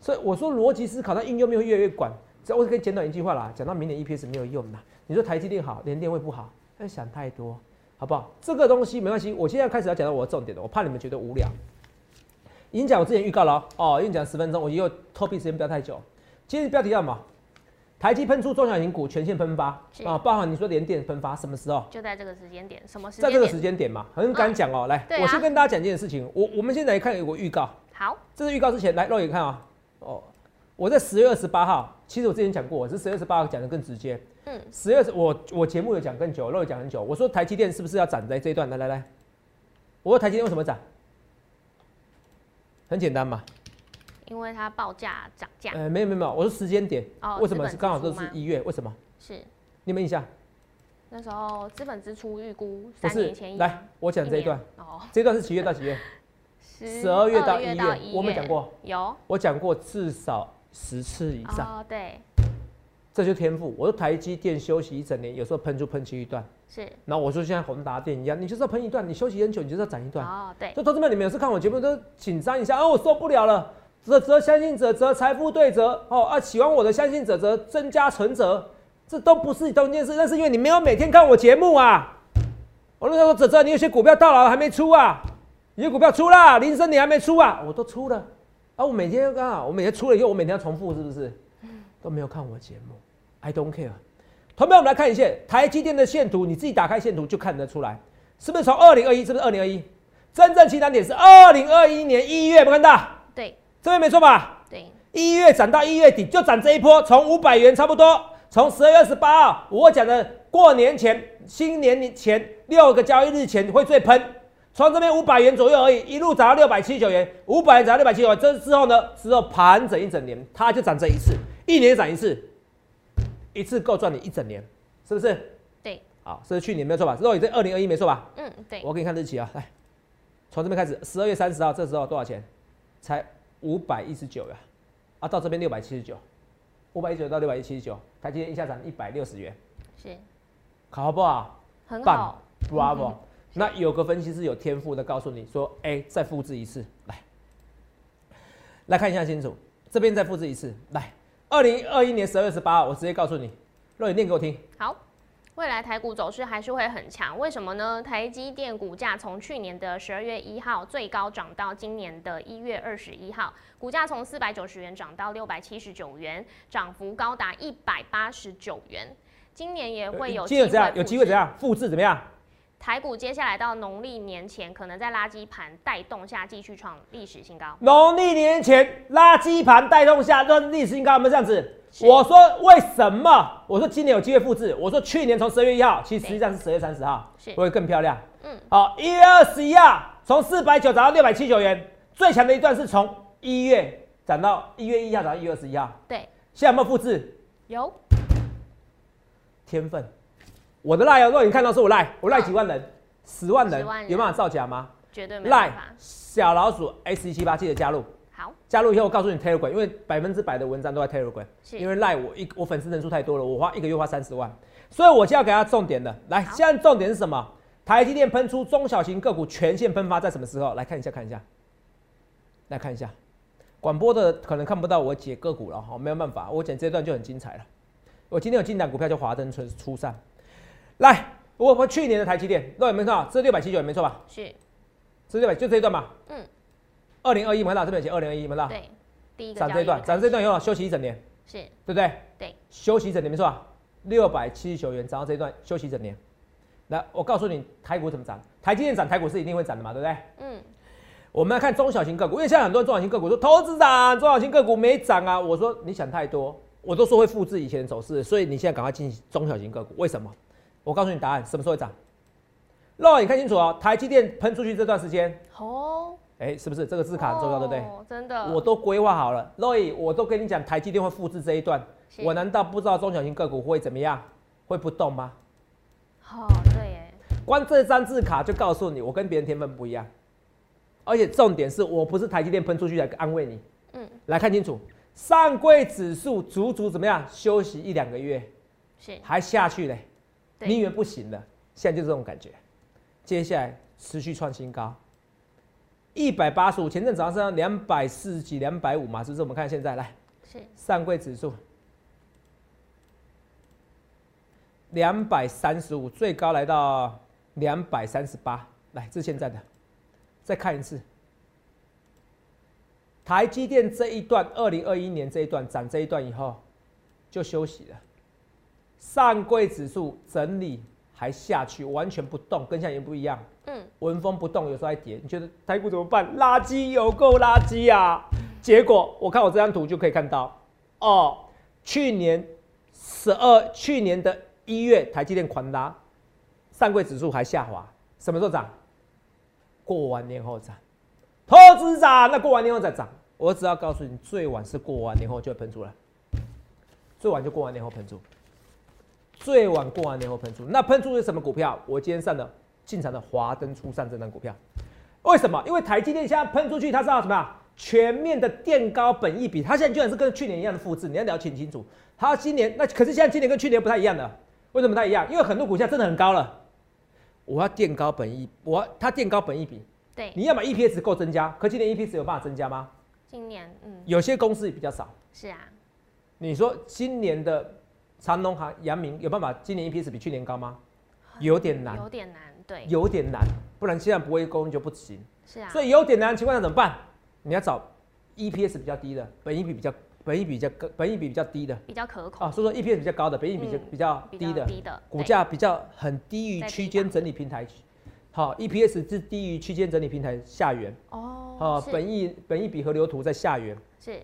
[SPEAKER 2] 所以我说逻辑思考，它应用面会越来越广。只要我可以简短一句话啦，讲到明年 EPS 没有用啦。你说台积电好，联电会不好？那想太多，好不好？这个东西没关系，我现在开始要讲到我的重点了，我怕你们觉得无聊。演讲我之前预告了哦，演讲十分钟，我又透避时间不要太久。今天标题叫什么？台积喷出中小型股全线喷发
[SPEAKER 1] 是
[SPEAKER 2] 啊，包含你说联电喷发，什么时候？
[SPEAKER 1] 就在这个时间点，什么时
[SPEAKER 2] 在
[SPEAKER 1] 间
[SPEAKER 2] 这个
[SPEAKER 1] 点？
[SPEAKER 2] 时间点嘛，很敢讲哦。来，
[SPEAKER 1] 对啊
[SPEAKER 2] 我先跟大家讲一件事情，我我们先来看我预告。
[SPEAKER 1] 好，
[SPEAKER 2] 这是预告之前，来肉眼看啊、哦，我在十月二十八号，其实我之前讲过，我是十月二十八号讲的更直接。
[SPEAKER 1] 嗯，
[SPEAKER 2] 十月我我节目有讲更久，肉眼讲很久，我说台积电是不是要涨在这一段？来来来，我说台积电为什么涨？很简单嘛，
[SPEAKER 1] 因为它报价涨价，
[SPEAKER 2] 呃，没有没有没有，我说时间点，
[SPEAKER 1] 哦
[SPEAKER 2] 呃为什么
[SPEAKER 1] 资本支出
[SPEAKER 2] 刚好都是
[SPEAKER 1] 吗
[SPEAKER 2] 一月？为什么？
[SPEAKER 1] 是
[SPEAKER 2] 你们印象？
[SPEAKER 1] 那时候资本支出预估
[SPEAKER 2] 不
[SPEAKER 1] 三
[SPEAKER 2] 是
[SPEAKER 1] 年前一，
[SPEAKER 2] 来，我讲这一段，
[SPEAKER 1] 年嗯哦，
[SPEAKER 2] 这一段是几月到几月？
[SPEAKER 1] 十
[SPEAKER 2] 12月到
[SPEAKER 1] 1
[SPEAKER 2] 1月我们讲过
[SPEAKER 1] 有
[SPEAKER 2] 我讲过至少十次以上，
[SPEAKER 1] 哦，对，
[SPEAKER 2] 这就是天赋。我说台积电休息一整年，有时候喷出喷出一段。
[SPEAKER 1] 是
[SPEAKER 2] 然后我说就像宏达电一样，你就是要喷一段，你休息很久，你就是要涨一段。
[SPEAKER 1] 哦，对，
[SPEAKER 2] 就投资们，你们有时看我节目都紧张一下，哦，我受不了了。折折相信者折财富对折哦啊，喜欢我的相信者折增加存折，这都不是同一件事，那是因为你没有每天看我节目啊。我那时候说折折，你有些股票到了还没出啊，你的股票出啦，林森你还没出啊，我都出了啊，我每天要干嘛？我每天出了以后，我每天要重复是不是？都没有看我节目，I don't care。同学们，我们来看一下台积电的线图，你自己打开线图就看得出来，是不是从二零二一？是不是二零二一？真正起涨点是二零二一年一月，有没有看到？
[SPEAKER 1] 对
[SPEAKER 2] 这边没错吧？
[SPEAKER 1] 对，
[SPEAKER 2] 一月涨到一月底就涨这一波，从五百元差不多，从十二月二十八号我讲的过年前、新年前六个交易日前会最喷，从这边五百元左右而已，一路涨到六百七十九元，五百元涨到六百七十九，这之后呢，之后盘整一整年，它就涨这一次，一年涨一次，一次够赚你一整年，是不是？
[SPEAKER 1] 对，
[SPEAKER 2] 好，这是去年没有错吧？肉眼这二零二一没错吧？
[SPEAKER 1] 嗯对，
[SPEAKER 2] 我给你看日期啊，来，从这边开始，十二月三十号，这时候多少钱？才五百一十九呀，啊，到这边六百七十九，五百一十九到六百七十九，台积电一下涨一百六十元，
[SPEAKER 1] 是
[SPEAKER 2] 好好不好？
[SPEAKER 1] 很
[SPEAKER 2] 棒
[SPEAKER 1] 好，嗯
[SPEAKER 2] Bravo！、那有个分析师有天赋的告诉你说，哎、再复制一次，来，来看一下清楚，这边再复制一次，来，二零二一年十二月十八号，我直接告诉你，肉眼念给我听，
[SPEAKER 1] 好。未来台股走势还是会很强，为什么呢？台积电股价从去年的十二月一号最高涨到今年的一月二十一号，股价从四百九十元涨到六百七十九元，涨幅高达一百八十九元。今年也会有
[SPEAKER 2] 今天有怎样？
[SPEAKER 1] 复
[SPEAKER 2] 有机会
[SPEAKER 1] 制
[SPEAKER 2] 怎样？复制怎么样？
[SPEAKER 1] 台股接下来到农历年前，可能在垃圾盘带动下继续创历史新高。
[SPEAKER 2] 农历年前垃圾盘带动下，让历史新高，有没有这样子？
[SPEAKER 1] 是
[SPEAKER 2] 我说为什么？我说今年有机会复制。我说去年从十二月一号，其实实际上是十月三十号
[SPEAKER 1] 是，
[SPEAKER 2] 会更漂亮。
[SPEAKER 1] 嗯，
[SPEAKER 2] 好，一月二十一号从四百九涨到六百七十九元，最强的一段是从一月涨到一月一号涨到一月二十一号，
[SPEAKER 1] 对，
[SPEAKER 2] 现在有没有复制？
[SPEAKER 1] 有
[SPEAKER 2] 天分，我的赖哦，如果你看到是我赖，我赖几万人，十万人
[SPEAKER 1] 10万人
[SPEAKER 2] 有办法造假吗？
[SPEAKER 1] 绝对没
[SPEAKER 2] 赖
[SPEAKER 1] 办法。
[SPEAKER 2] 小老鼠 S 一七八记得加入。
[SPEAKER 1] 好，
[SPEAKER 2] 加入以后，我告诉你 Telegram，因为百分之百的文章都在 Telegram，
[SPEAKER 1] 是
[SPEAKER 2] 因为赖我一我粉丝人数太多了，我花一个月花三十万，所以我现在给大家重点了。来，
[SPEAKER 1] 好
[SPEAKER 2] 现在重点是什么？台积电喷出中小型个股全线喷发，在什么时候？来看一下，看一下，来看一下。广播的可能看不到我解个股了哈，没有办法，我讲这段就很精彩了。我今天有进档股票叫华灯初初上，来，我我去年的台积电，那有没有看到？这六百七九没错吧？
[SPEAKER 1] 是，
[SPEAKER 2] 这六百就这一段嘛。
[SPEAKER 1] 嗯。
[SPEAKER 2] 二零二一，我们看到这边有写二零二一，我们看到。
[SPEAKER 1] 对，第一个
[SPEAKER 2] 涨
[SPEAKER 1] 交
[SPEAKER 2] 啊这
[SPEAKER 1] 易
[SPEAKER 2] 一
[SPEAKER 1] 日
[SPEAKER 2] 段，涨这一段以后休息一整年，
[SPEAKER 1] 是，
[SPEAKER 2] 对不对？
[SPEAKER 1] 对，
[SPEAKER 2] 休息一整年没错吧？六百七十九元涨到这一段，休息一整年。来，我告诉你，台股怎么涨？台积电涨，台股是一定会涨的嘛，对不对？
[SPEAKER 1] 嗯，
[SPEAKER 2] 我们来看中小型个股，因为现在很多中小型个股说投资涨，中小型个股没涨啊。我说你想太多，我都说会复制以前的走势，所以你现在赶快进中小型个股，为什么？我告诉你答案，什么时候会涨？肉眼看清楚哦，台积电喷出去这段时间，
[SPEAKER 1] 哦，
[SPEAKER 2] 哎，是不是这个字卡很重要，对不对？
[SPEAKER 1] 哦？真的，
[SPEAKER 2] 我都规划好了 r o y 我都跟你讲，台积电会复制这一段，
[SPEAKER 1] 是
[SPEAKER 2] 我难道不知道中小型个股会怎么样，会不动吗？
[SPEAKER 1] 哦，对耶，
[SPEAKER 2] 光这张字卡就告诉你，我跟别人天分不一样，而且重点是我不是台积电喷出去来安慰你，
[SPEAKER 1] 嗯，
[SPEAKER 2] 来看清楚，上柜指数足足怎么样休息一两个月，
[SPEAKER 1] 是，
[SPEAKER 2] 还下去嘞，
[SPEAKER 1] 对
[SPEAKER 2] 你以为不行了，现在就这种感觉，接下来持续创新高。一百八十五，前阵早上上两百四十几、两百五嘛，是不是？我们看现在来，
[SPEAKER 1] 是，
[SPEAKER 2] 上柜指数两百三十五，最高来到两百三十八，来，这是现在的，再看一次。台积电这一段，二零二一年这一段涨这一段以后就休息了，上柜指数整理还下去，完全不动，跟现在也不一样。
[SPEAKER 1] 嗯，
[SPEAKER 2] 纹风不动，有时候还跌，你觉得台股怎么办？垃圾有够垃圾啊！结果我看我这张图就可以看到，哦，去年十二，去年的一月台积电狂拉，上柜指数还下滑，什么时候涨？过完年后涨，投资涨，那过完年后再涨。我只要告诉你，最晚是过完年后就会喷出来，最晚就过完年后喷出，最晚过完年后喷出。那喷出是什么股票？我今天上的进场的华灯初上这张股票，为什么？因为台积电现在喷出去，它是要什么啊？全面的垫高本益比，它现在居然是跟去年一样的复制，你要了解清楚。它今年那可是现在今年跟去年不太一样的，为什么不太一样？因为很多股价真的很高了，我要垫高本益，我要它垫高本益比，
[SPEAKER 1] 对，
[SPEAKER 2] 你要么 EPS 够增加，可今年 EPS 有办法增加吗？
[SPEAKER 1] 今年，嗯，
[SPEAKER 2] 有些公司比较少。
[SPEAKER 1] 是啊，
[SPEAKER 2] 你说今年的长隆行、阳明有办法今年 EPS 比去年高吗？有点难，
[SPEAKER 1] 有点难，对，
[SPEAKER 2] 有点难，不然现在不会攻就不行。
[SPEAKER 1] 是啊，
[SPEAKER 2] 所以有点难的情况下怎么办？你要找 EPS 比较低的，本益比比较本益比比较高本益比比较低的
[SPEAKER 1] 比较可控
[SPEAKER 2] 啊，，所以说 EPS 比较高的，本益比比较、
[SPEAKER 1] 嗯比
[SPEAKER 2] 比较
[SPEAKER 1] 较
[SPEAKER 2] 哦低的，
[SPEAKER 1] 低的
[SPEAKER 2] 股
[SPEAKER 1] 对
[SPEAKER 2] 价比较很低于
[SPEAKER 1] 在
[SPEAKER 2] 区
[SPEAKER 1] 低
[SPEAKER 2] 间
[SPEAKER 1] 档
[SPEAKER 2] 整理平台，好、EPS 是低于区间整理平台下缘，
[SPEAKER 1] 哦
[SPEAKER 2] 啊，，
[SPEAKER 1] 是
[SPEAKER 2] 本益本益比河流图在下缘，
[SPEAKER 1] 是，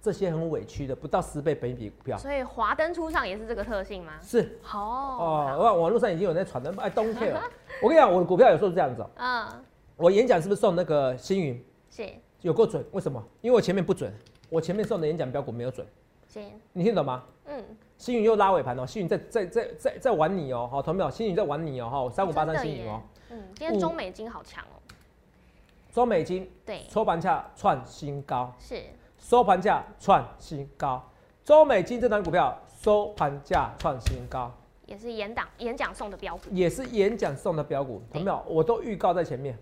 [SPEAKER 2] 这些很委屈的，不到十倍本益比股票
[SPEAKER 1] 所以华灯初上也是这个特性吗？
[SPEAKER 2] 是哦，
[SPEAKER 1] 哦，
[SPEAKER 2] 网网络上已经有人在传了，I don't care。我跟你讲，我的股票有时候是这样子、哦，
[SPEAKER 1] 好嗯，
[SPEAKER 2] 我演讲是不是送那个星云
[SPEAKER 1] 是，
[SPEAKER 2] 有够准？为什么？因为我前面不准，我前面送的演讲标股没有准，
[SPEAKER 1] 是，
[SPEAKER 2] 你听懂吗？
[SPEAKER 1] 嗯，
[SPEAKER 2] 星云又拉尾盘哦，星云在在在在在玩你哦，好，同没有？星云在玩你哦，好，三五八
[SPEAKER 1] 真
[SPEAKER 2] 三
[SPEAKER 1] 的
[SPEAKER 2] 星云哦，
[SPEAKER 1] 耶，嗯，今天中美金好强哦，
[SPEAKER 2] 中美金
[SPEAKER 1] 对，
[SPEAKER 2] 收盘价创新高，
[SPEAKER 1] 是，
[SPEAKER 2] 收盘价创新高。中美金这档股票收盘价创新高，
[SPEAKER 1] 也是演讲演讲送的标股。
[SPEAKER 2] 也是演讲送的标股，有没有？我都预告在前面。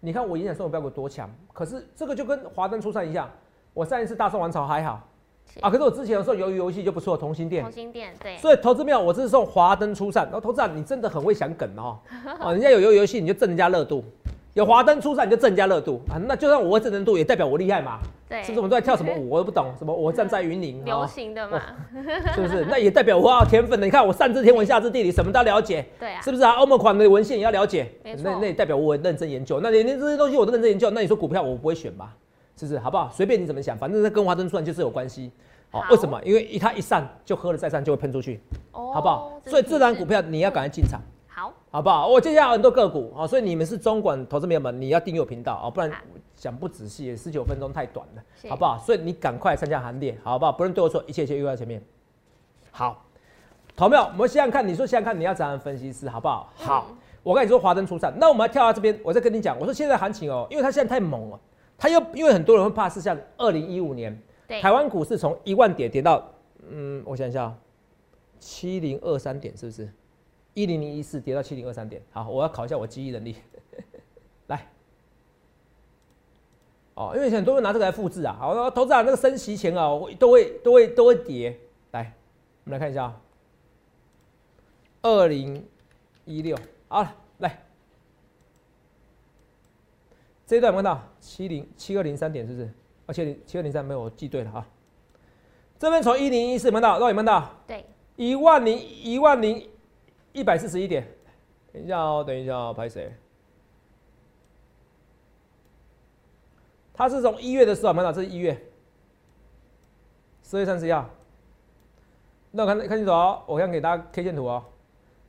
[SPEAKER 2] 你看我演讲送的标股多强，可是这个就跟华灯初上一样。我上一次大宋王朝还好
[SPEAKER 1] 是
[SPEAKER 2] 啊，可是我之前有时候鱿鱼游戏就不错，同心店
[SPEAKER 1] 同。心店对，
[SPEAKER 2] 所以投资票我这是送华灯初上，然哦后投资长你真的很会想梗 哦，啊，人家有游游戏你就挣人家热度，有华灯初上你就挣人家热度啊，那就算我会挣人度，也代表我厉害嘛，
[SPEAKER 1] 对，
[SPEAKER 2] 是不是？我们都在跳什么舞，我都不懂，什么我站在 云林，哦
[SPEAKER 1] 流行的嘛？
[SPEAKER 2] 是不是？那也代表我要有天分的。你看我上知天文下知地理，什么都要了解，
[SPEAKER 1] 对啊
[SPEAKER 2] 是，不是啊？欧盟款的文献也要了解，
[SPEAKER 1] 没错
[SPEAKER 2] 那那也代表我很认真研究。那连这些东西我都认真研究，那你说股票我不会选吧？是不是？好不好？随便你怎么想，反正这跟华灯突然就是有关系。好，
[SPEAKER 1] 好
[SPEAKER 2] 为什么？因为一它一散就喝了再散就会喷出去，
[SPEAKER 1] 哦
[SPEAKER 2] 好不好？
[SPEAKER 1] 是
[SPEAKER 2] 所以自然
[SPEAKER 1] 提
[SPEAKER 2] 股
[SPEAKER 1] 示
[SPEAKER 2] 票你要赶快进场。
[SPEAKER 1] 好，
[SPEAKER 2] 好不好？我接下来有很多个股啊、所以你们是中管投资朋友们，你要订阅我频道啊、不然
[SPEAKER 1] 好
[SPEAKER 2] 讲不仔细，十九分钟太短
[SPEAKER 1] 是
[SPEAKER 2] 了，好不好？所以你赶快参加行列，好不好？不论对我错，一切一切预告在前面。好，投票，我们想想看，你说想想看，你要怎样分析师，好不好？
[SPEAKER 1] 嗯
[SPEAKER 2] 好，我跟你说华灯初上，那我们要跳到这边，我再跟你讲，我说现在行情哦，因为它现在太猛了，它又因为很多人会怕是像二零一五年
[SPEAKER 1] 对，
[SPEAKER 2] 台湾股市从一万点跌到，嗯，我想一下、哦，七零二三点是不是？一零零一四跌到七零二三点。好，我要考一下我记忆能力。 来，哦，因为很多人拿这个来复制啊。好，投资长那个升息前啊，我都会都会都会跌。来，我们来看一下、啊，二零一六，好了，来。这一段有没有看到七零七二零三点是不是？而且七二零三没有，我记对了啊。这边从一零一四有没有看到？到有没有看到？
[SPEAKER 1] 对，
[SPEAKER 2] 一万零一万零一百四十一点。等一下哦，等一下哦，拍谁？它是从一月的时候，我们看到这是一月，四月三十一号。那我看看清楚哦，我看给大家 K 线图哦。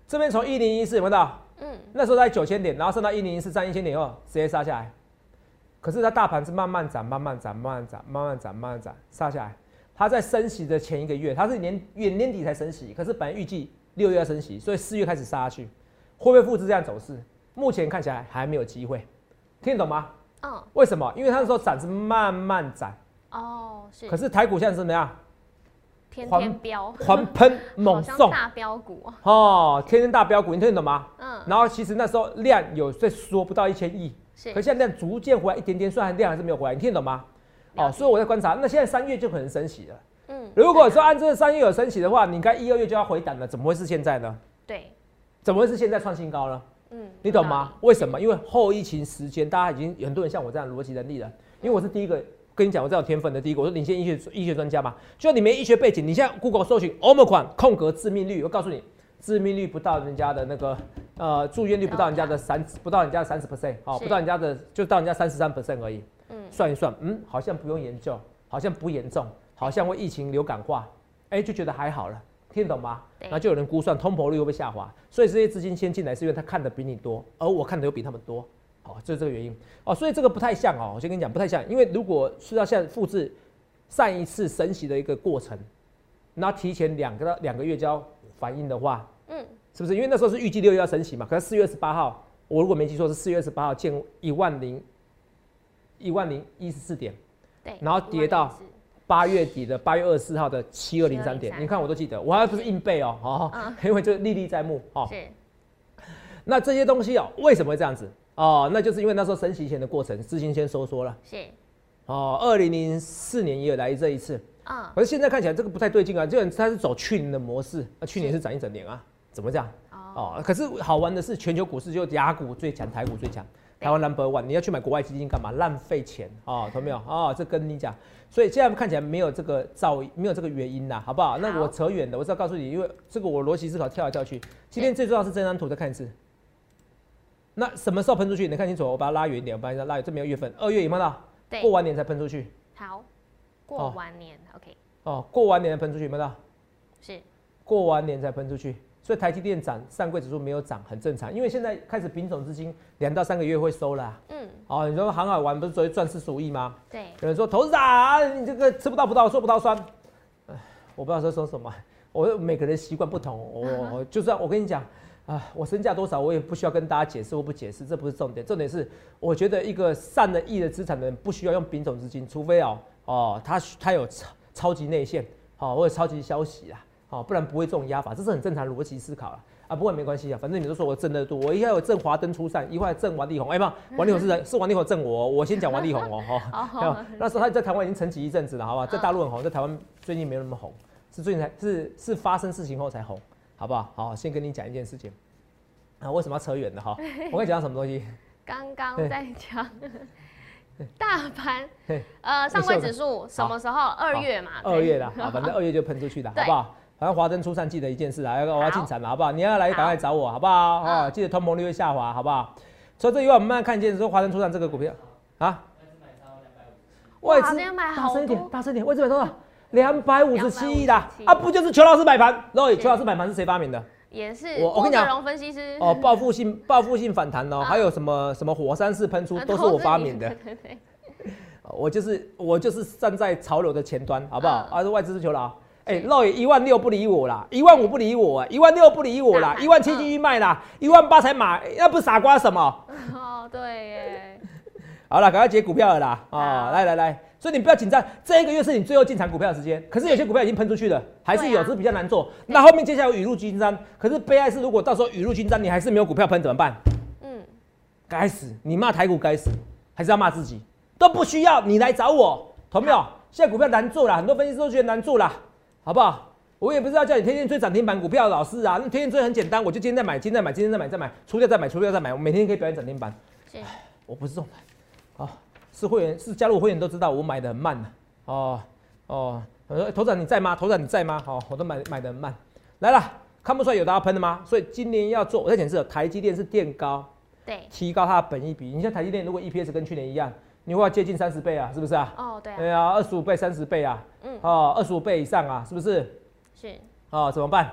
[SPEAKER 2] 这边从一零一四有没有看到？
[SPEAKER 1] 嗯，
[SPEAKER 2] 那时候在九千点，然后升到一零一四，站一千点以后直接杀下来。可是它大盘是慢慢涨，慢慢涨，慢慢涨，慢慢涨，慢慢涨，杀下来。它在升息的前一个月，它是年年年底才升息，可是本来预计六月要升息，所以四月开始杀下去，会不会复制这样走势？目前看起来还没有机会，听得懂吗？
[SPEAKER 1] 嗯，
[SPEAKER 2] 为什么？因为它那时候涨是慢慢涨，
[SPEAKER 1] 哦，是，
[SPEAKER 2] 可是台股现在是怎么样？
[SPEAKER 1] 天
[SPEAKER 2] 环
[SPEAKER 1] 天标，
[SPEAKER 2] 狂喷猛
[SPEAKER 1] 好像
[SPEAKER 2] 送
[SPEAKER 1] 大标股哦，
[SPEAKER 2] 哦，天天大标股，你听得懂吗？
[SPEAKER 1] 嗯，
[SPEAKER 2] 然后其实那时候量有在缩不到一千亿，
[SPEAKER 1] 是
[SPEAKER 2] 可现在量逐渐回来一点点，虽然量还是没有回来，你听得懂吗？
[SPEAKER 1] 了
[SPEAKER 2] 哦，
[SPEAKER 1] 解
[SPEAKER 2] 所以我在观察，那现在三月就可能升息了。
[SPEAKER 1] 嗯，
[SPEAKER 2] 如果说按这三月有升息的话，你应该一、二月就要回档了，怎么会是现在呢？
[SPEAKER 1] 对，
[SPEAKER 2] 怎么会是现在创新高呢？
[SPEAKER 1] 嗯，
[SPEAKER 2] 你懂吗？？为什么？因为后疫情时间，大家已经有很多人像我这样的逻辑能力了。因为我是第一个跟你讲，我这有天分的第一个，我是领先医学医学专家嘛。就你没医学背景，你现在 Google 搜寻 Omicron 空格致命率，我告诉你，致命率不到人家的那个呃住院率不到人家的三，不到人家的三十 percent，好，
[SPEAKER 1] 是
[SPEAKER 2] 不到人家的就到人家三十三 percent 而已。
[SPEAKER 1] 嗯，
[SPEAKER 2] 算一算，嗯，好像不用研究，好像不严重，好像会疫情流感化，哎、就觉得还好了，听得懂吗？
[SPEAKER 1] 对
[SPEAKER 2] 然后就有人估算通膨率会不会下滑，所以这些资金先进来是因为他看的比你多，而我看的又比他们多，哦，就是这个原因哦，所以这个不太像哦，我先跟你讲不太像，因为如果是要像复制上一次升息的一个过程，那提前两个两个月就要反应的话，
[SPEAKER 1] 嗯，
[SPEAKER 2] 是不是？因为那时候是预计六月要升息嘛，可是四月二十八号，我如果没记错是四月二十八号见一万零一万零一十四点，
[SPEAKER 1] 对，
[SPEAKER 2] 然后跌到八月底的八月二十四号的七二零三点，
[SPEAKER 1] 7203
[SPEAKER 2] 你看我都记得，我还不是硬背哦，哦，因为就历历在目哦。
[SPEAKER 1] 是，
[SPEAKER 2] 那这些东西哦，为什么会这样子？哦，那就是因为那时候升息前的过程，资金先收缩了。
[SPEAKER 1] 是，
[SPEAKER 2] 哦，二零零四年也有来这一次，
[SPEAKER 1] 嗯，
[SPEAKER 2] 可是现在看起来这个不太对劲啊，这个它是走去年的模式，那、去年是涨一整年啊，怎么这样？
[SPEAKER 1] 哦，
[SPEAKER 2] 哦，可是好玩的是，全球股市就雅股最强，台股最强，台湾 number one。你要去买国外基金干嘛？浪费钱哦，懂没有？哦，这跟你讲，所以现在看起来没有这个噪音，没有这个原因啦，好不好？那
[SPEAKER 1] 好
[SPEAKER 2] 我扯远了，我只要告诉你，因为这个我逻辑思考跳来跳去。今天最重要是这张图，再看一次。那什么时候喷出去？你看清楚，我把它拉远一点，我把它拉远，这没有月份，二月有没有看到？
[SPEAKER 1] 对
[SPEAKER 2] 过，完年才喷出去
[SPEAKER 1] 好，过完年，OK，
[SPEAKER 2] 哦，过完年才喷出去有没有看到？
[SPEAKER 1] 是，
[SPEAKER 2] 过完年才喷出去，所以台积电涨，上柜指数没有涨，很正常，因为现在开始品种资金两到三个月会收了、啊。
[SPEAKER 1] 嗯，
[SPEAKER 2] 哦，你说航海王不是昨天赚四十五亿吗？
[SPEAKER 1] 对，
[SPEAKER 2] 有人说投资长，你这个吃不到葡萄说葡萄酸，哎唉我不知道说说什么，我每个人习惯不同，我、我就算我跟你讲，啊、啊，我身价多少我也不需要跟大家解释或不解释，这不是重点，重点是我觉得一个善的亿的资产的人不需要用丙种资金，除非哦哦他他有超超级内线，好、或者超级消息啊，好、不然不会这种压法，这是很正常的逻辑思考了。啊，不过没关系啊，反正你们都说我正热度，我一会儿有正华灯初上，一会儿正王力宏，哎、妈，王力宏是人，是王力宏正我哦，我先讲王力宏哦，哈、没有，那时候他在台湾已经沉寂一阵子了，好不好？在大陆很红，在台湾最近没有那么红，是最近才是是发生事情后才红，好不好？好，先跟你讲一件事情，啊，为什么要扯远了哈？我跟你讲到什么东西？
[SPEAKER 1] 刚刚
[SPEAKER 2] 对
[SPEAKER 1] 在讲大盘
[SPEAKER 2] 嘿，
[SPEAKER 1] 呃，上
[SPEAKER 2] 没
[SPEAKER 1] 柜
[SPEAKER 2] 事
[SPEAKER 1] 指数什么时候？二月嘛，
[SPEAKER 2] 二
[SPEAKER 1] 啊对
[SPEAKER 2] 月啦，好，反正二月就喷出去了，
[SPEAKER 1] 对
[SPEAKER 2] 好不好？反正华灯初上，记得一件事啊，要我要
[SPEAKER 1] 好
[SPEAKER 2] 进场了，好不好？你要来
[SPEAKER 1] 好
[SPEAKER 2] 赶快找我，好不好？啊，
[SPEAKER 1] 嗯
[SPEAKER 2] 记得通膨率会下滑，好不好？除了这以外，我们慢慢看一件事，说华灯初上这个股票啊，
[SPEAKER 1] 哇
[SPEAKER 2] 外资
[SPEAKER 1] 今天买
[SPEAKER 2] 大
[SPEAKER 1] 好
[SPEAKER 2] 声一点
[SPEAKER 1] 多，
[SPEAKER 2] 大声一点，外资买多少？两百五十七亿的
[SPEAKER 1] 257
[SPEAKER 2] 啊，不就是裘老师摆盘？对，
[SPEAKER 1] 是
[SPEAKER 2] 裘老师摆盘是谁发明的？
[SPEAKER 1] 也是
[SPEAKER 2] 我我
[SPEAKER 1] 郭
[SPEAKER 2] 跟你
[SPEAKER 1] 哲
[SPEAKER 2] 讲
[SPEAKER 1] 荣分析师
[SPEAKER 2] 哦，报复性报复性反弹哦，
[SPEAKER 1] 啊
[SPEAKER 2] 还有什么什么火山式喷出，
[SPEAKER 1] 呃
[SPEAKER 2] 都是我
[SPEAKER 1] 你
[SPEAKER 2] 发明的
[SPEAKER 1] 对。对对，
[SPEAKER 2] 呃我就是我就是站在潮流的前端，好不好？
[SPEAKER 1] 嗯
[SPEAKER 2] 啊，外资是球佬，哎、
[SPEAKER 1] 是
[SPEAKER 2] 肉也一万六不理我啦，一万五不理我，啊一万六不理我
[SPEAKER 1] 大
[SPEAKER 2] 啦，
[SPEAKER 1] 盘
[SPEAKER 2] 一万七继续卖啦，一万八才买，那不是傻瓜什么？
[SPEAKER 1] 哦对耶，
[SPEAKER 2] 好了，赶快解股票了啦！啊、
[SPEAKER 1] 好
[SPEAKER 2] 来来来，所以你不要紧张，这一个月是你最后进场股票的时间。可是有些股票已经喷出去了，还是
[SPEAKER 1] 对
[SPEAKER 2] 有，
[SPEAKER 1] 啊
[SPEAKER 2] 只是比较难做。那后面接下来有雨露均沾，可是悲哀是，如果到时候雨露均沾，你还是没有股票喷怎么办？
[SPEAKER 1] 嗯，
[SPEAKER 2] 该死！你骂台股该死，还是要骂自己？都不需要你来找我，同没有？现在股票难做了，很多分析师都觉得难做了，好不好？我也不是要叫你天天追涨停板股票，老师啊，那天天追很简单，我就今天在买，今天在买，今天在买，再买，出掉再买，出掉再买，我每天可以表演涨停板。
[SPEAKER 1] 是
[SPEAKER 2] 我不是这种人，啊，是会员是加入我会员都知道我买的很慢的、哦哦，我说欸头长你在吗？头长你在吗？好、哦我都买买的很慢，来了，看不出来有的要喷的吗？所以今年要做，我在解释了，台积电是垫高，
[SPEAKER 1] 对，
[SPEAKER 2] 提高它的本益比。你像台积电如果 EPS 跟去年一样，你会要接近三十倍啊，是不是啊？
[SPEAKER 1] 哦对啊，
[SPEAKER 2] 对啊，二十五倍、三十倍啊，
[SPEAKER 1] 嗯
[SPEAKER 2] 哦，二十五倍以上啊，是不是？
[SPEAKER 1] 是
[SPEAKER 2] 哦，怎么办？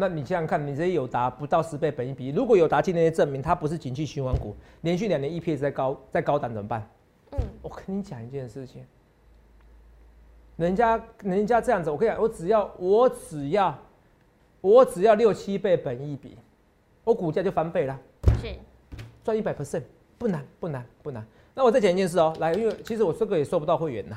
[SPEAKER 2] 那你想想看，你这些友达不到十倍本益比，如果友达今天证明它不是景气循环股，连续两年 EPS 在高在高档怎么办？
[SPEAKER 1] 嗯
[SPEAKER 2] 我跟你讲一件事情，人家人家这样子，我跟你讲，我只要我只要我只要六七倍本益比，我股价就翻倍了。
[SPEAKER 1] 是
[SPEAKER 2] 赚一百 percent 不难不难不难。那我再讲一件事哦，来，因为其实我这个也收不到会员呐。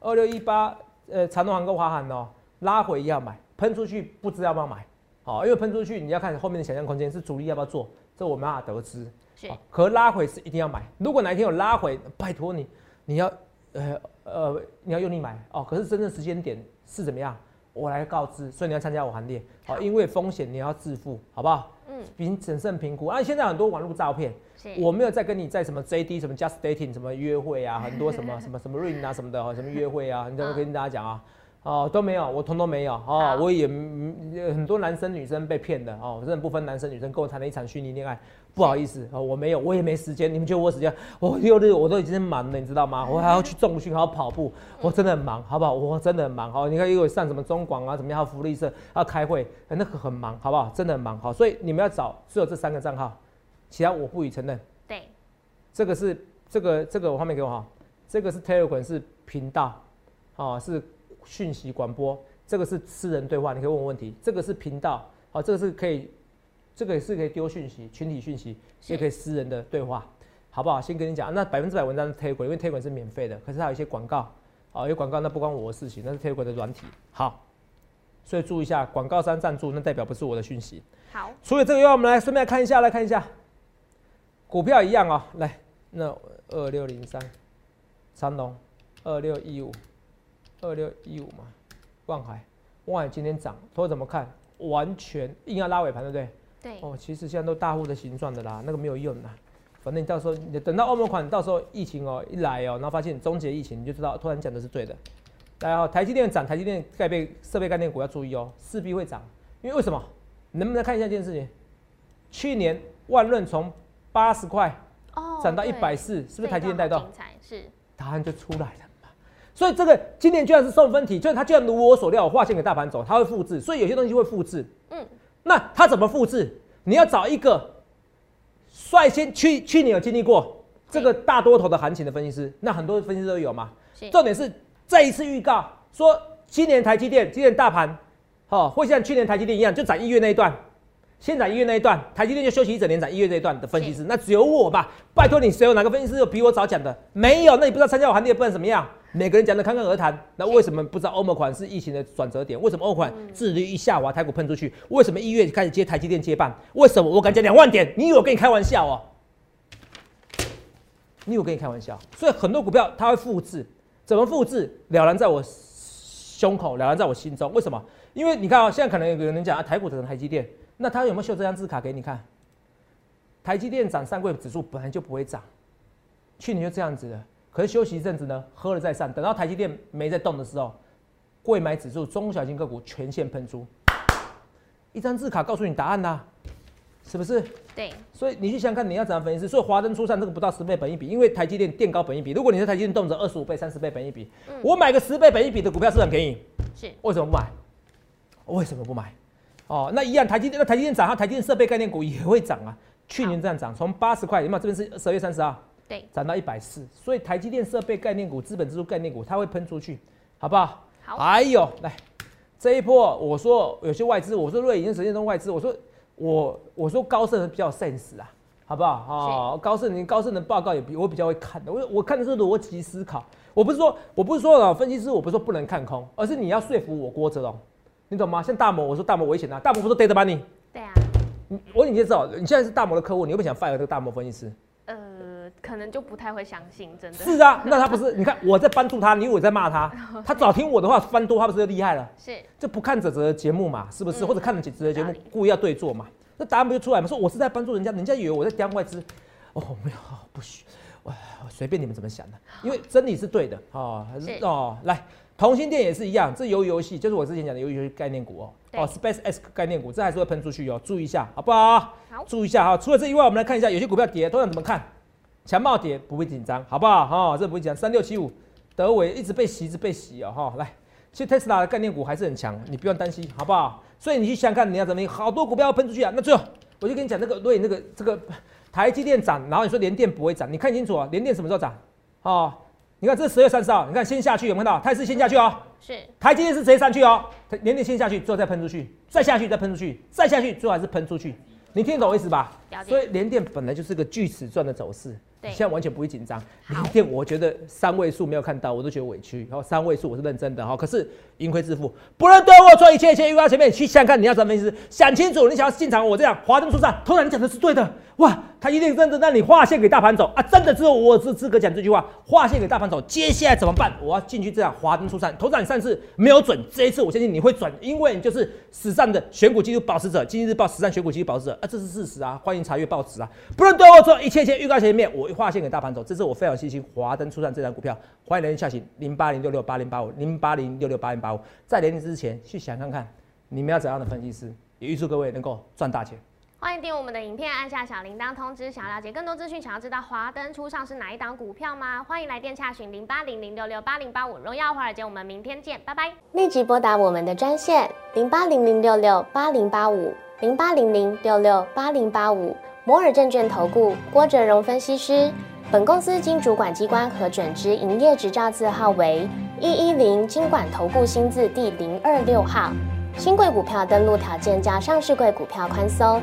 [SPEAKER 2] 二六一八，呃，长隆航跟华航哦，拉回要买，喷出去不知要不要买，好、因为喷出去你要看后面的想象空间是主力要不要做，这我没办法得知。
[SPEAKER 1] 是
[SPEAKER 2] 好，可拉回是一定要买。如果哪一天有拉回，拜托你，你要呃呃，你要用力买哦。可是真正时间点是怎么样，我来告知，所以你要参加我行列，好、
[SPEAKER 1] 好
[SPEAKER 2] 因为风险你要自负，好不好？
[SPEAKER 1] 嗯
[SPEAKER 2] 评审慎评估啊，现在很多网络照片，
[SPEAKER 1] 是，
[SPEAKER 2] 我没有在跟你在什么 JD 什么 Just Dating 什么约会啊，很多什么什么什么 Ring 啊什么的哦，什么约会啊，你都会跟大家讲啊。哦，都没有，我通通没有
[SPEAKER 1] 好
[SPEAKER 2] 哦，我也嗯呃很多男生女生被骗的哦，我真的不分男生女生，跟我谈了一场虚拟恋爱，不好意思哦，我没有，我也没时间，你们觉得我有时间？我六日我都已经忙了，你知道吗？我还要去重训，还要跑步，我真的很忙，好不好？我真的很忙，好，哦你看又有上什么中广啊，怎么样，还有福利社要开会，呃那个很忙，好不好？真的很忙，好，所以你们要找只有这三个账号，其他我不予承认。
[SPEAKER 1] 对
[SPEAKER 2] 这个是这个这个我画面给我哈，这个是 Telegram 是频道，哦是讯息广播，这个是私人对话，你可以问我问题，这个是频道，哦这个是可以，这个也是可以丢讯息，群体讯息
[SPEAKER 1] 是
[SPEAKER 2] 也可以私人的对话，好不好？先跟你讲，那百分之百文章是 Telegram，因为 Telegram 是免费的，可是它有一些广告，哦有广告那不关我的事情，那是 Telegram 的软体，好，所以注意一下，广告商赞助那代表不是我的讯息。
[SPEAKER 1] 好
[SPEAKER 2] 除了这个以外，我们来顺便来看一下，来看一下股票一样啊、来，那二六零三，长隆，二六一五，二六一五嘛，万海，万海今天涨，投资怎么看？完全硬要拉尾盘，对不对？
[SPEAKER 1] 对
[SPEAKER 2] 哦，其实现在都大户的形状的啦，那个没有用啦。反正你到时候你等到澳门款到时候疫情哦一来哦，然后发现终结疫情，你就知道突然讲的是对的。来哦，台积电涨，台积电概被设备概念股要注意哦，势必会涨，因为为什么？能不能看一下一件事情？去年万润从八十块
[SPEAKER 1] 哦
[SPEAKER 2] 涨到一
[SPEAKER 1] 对
[SPEAKER 2] 百四，是不是台积电
[SPEAKER 1] 这
[SPEAKER 2] 带
[SPEAKER 1] 一段
[SPEAKER 2] 动
[SPEAKER 1] 好？精彩是
[SPEAKER 2] 答案就出来了嘛。所以这个今年居然是送分题，就是它居然如我所料，我划线给大盘走，它会复制，所以有些东西会复制。
[SPEAKER 1] 嗯
[SPEAKER 2] 那它怎么复制？你要找一个率先去去年有经历过这个大多头的行情的分析师，那很多分析师都有嘛。
[SPEAKER 1] 是
[SPEAKER 2] 重点是再一次预告说，今年台积电、今年大盘，哦，会像去年台积电一样，就涨一月那一段，现在一月那一段，台积电就休息一整年涨，一月这一段的分析师，那只有我吧？拜托你，谁有哪个分析师有比我早讲的？没有，那你不知道参加我行列不然怎么样？每个人讲的侃侃而谈，那为什么不知道欧盟款是疫情的转折点？为什么欧款自率一下滑，台股喷出去？为什么一月开始接台积电接棒？为什么我敢讲两万点？你以为我跟你开玩笑哦？你以为我跟你开玩笑？所以很多股票它会复制，怎么复制？了然在我胸口，了然在我心中。为什么？因为你看啊、现在可能有人讲啊，台股涨台积电，那他有没有秀这张字卡给你看？台积电涨，上柜指数本来就不会涨，去年就这样子了。可是休息一阵子呢，喝了再上，等到台积电没在动的时候，贵买指数、中小型个股全线喷出，一张字卡告诉你答案啦、是不是？
[SPEAKER 1] 对，
[SPEAKER 2] 所以你去想想看，你要怎样分析？所以华灯初上，这个不到十倍本一比，因为台积电垫高本一比。如果你是台积电动辄二十五倍、三十倍本一比，我买个十倍本一比的股票是不是很便宜，
[SPEAKER 1] 是
[SPEAKER 2] 为什么不买？为什么不买？哦，那一样，台积电那台积电涨，它台积电设备概念股也会涨啊。去年这样涨，从八十块，有没有？这边是十二月三十号，
[SPEAKER 1] 对，
[SPEAKER 2] 涨到一百四，所以台积电设备概念股、资本支出概念股，它会喷出去，好不好？
[SPEAKER 1] 好
[SPEAKER 2] 还有来这一波，我说有些外资，我说瑞银、神剑中外资，我说我我说高盛比较有 sense 啊，好不好？哦，高盛，你高盛的报告也比我比较会看的，我我看的是逻辑思考，我不是说我不是说啊，分析师我不是说不能看空，而是你要说服我郭哲龙，你懂吗？像大摩，我说大摩危险啊，大摩不是 data money，
[SPEAKER 1] 对啊，
[SPEAKER 2] 你我你就知道，你现在是大摩的客户，你会不会想 fire 这个大摩分析师？
[SPEAKER 1] 呃，可能就不太会相信，真的
[SPEAKER 2] 是啊，那他不是？你看我在帮助他，你以为我在骂他？他早听我的话，翻多他不是就厉害了？
[SPEAKER 1] 是
[SPEAKER 2] 就不看泽泽的节目嘛，是不是？
[SPEAKER 1] 嗯
[SPEAKER 2] 或者看了几泽的节
[SPEAKER 1] 道
[SPEAKER 2] 目
[SPEAKER 1] 理，
[SPEAKER 2] 故意要对坐嘛？那答案不就出来嘛？说我是在帮助人家，人家以为我在刁外资。哦，没有，不许，我我随便你们怎么想的，因为真理是对的哦，还是
[SPEAKER 1] 是
[SPEAKER 2] 哦，来。同心店也是一样，这游游戏就是我之前讲的游游戏概念股哦，
[SPEAKER 1] 对
[SPEAKER 2] 哦，Space X 概念股，这还是会喷出去哦，注意一下，好不好？
[SPEAKER 1] 好
[SPEAKER 2] 注意一下哈、除了这以外，我们来看一下有些股票跌，通常怎么看？强暴跌不会紧张，好不好？哈、这不会紧张。三六七五，德伟一直被洗，一直被洗哦，哈、来，其实 Tesla 的概念股还是很强，你不用担心，好不好？所以你去想想看，你要怎么，好多股票要喷出去啊。那最后，我就跟你讲那个，对，那个这个台积电涨，然后你说联电不会涨，你看清楚啊，联电什么时候涨？哦，你看这十月三十号，你看先下去有没有看到？它是先下去哦，
[SPEAKER 1] 是，
[SPEAKER 2] 台积电是直接上去哦，台联电先下去，之后再喷出去，再下去，再喷出去，再下去，最后还是喷出去。你听得懂我意思吧
[SPEAKER 1] 了？解
[SPEAKER 2] 所以联电本来就是个锯齿状的走势，
[SPEAKER 1] 对
[SPEAKER 2] 现在完全不会紧张。联电我觉得三位数没有看到，我都觉得委屈。然后三位数我是认真的哈，可是盈亏自负，不论对或错，一切一切预告前面去想想看你要什么意思，想清楚。你想要进场，我这样华灯初上，突然你讲的是对的，哇，他一定真的让你划线给大盘走啊！真的只有我有资资格讲这句话，划线给大盘走。接下来怎么办？我要进去这样华灯初上，头涨上次没有准，这一次我相信你会准，因为你就是史上的选股记录保持者，《经济日报》史上选股记录保持者啊，这是事实啊，欢迎查阅报纸啊。不论对或错，一切一切预告前面，我划线给大盘走，这是我非常信心华灯初上这张股票，欢迎来电下行零八零六六八零八五零八零六六八零八五，在连接之前去想看看你们要怎样的分析师，也预祝各位能够赚大钱。
[SPEAKER 1] 欢迎订阅我们的影片，按下小铃铛通知。想要了解更多资讯，想要知道华灯初上是哪一档股票吗？欢迎来电洽询零八零零六六八零八五。荣耀华尔街，我们明天见，拜拜。
[SPEAKER 3] 立即拨打我们的专线零八零零六六八零八五零八零零六六八零八五摩尔证券投顾郭哲荣分析师。本公司经主管机关核准之营业执照字号为一一零金管投顾新字第零二六号。新贵股票登录条件较上市贵股票宽松，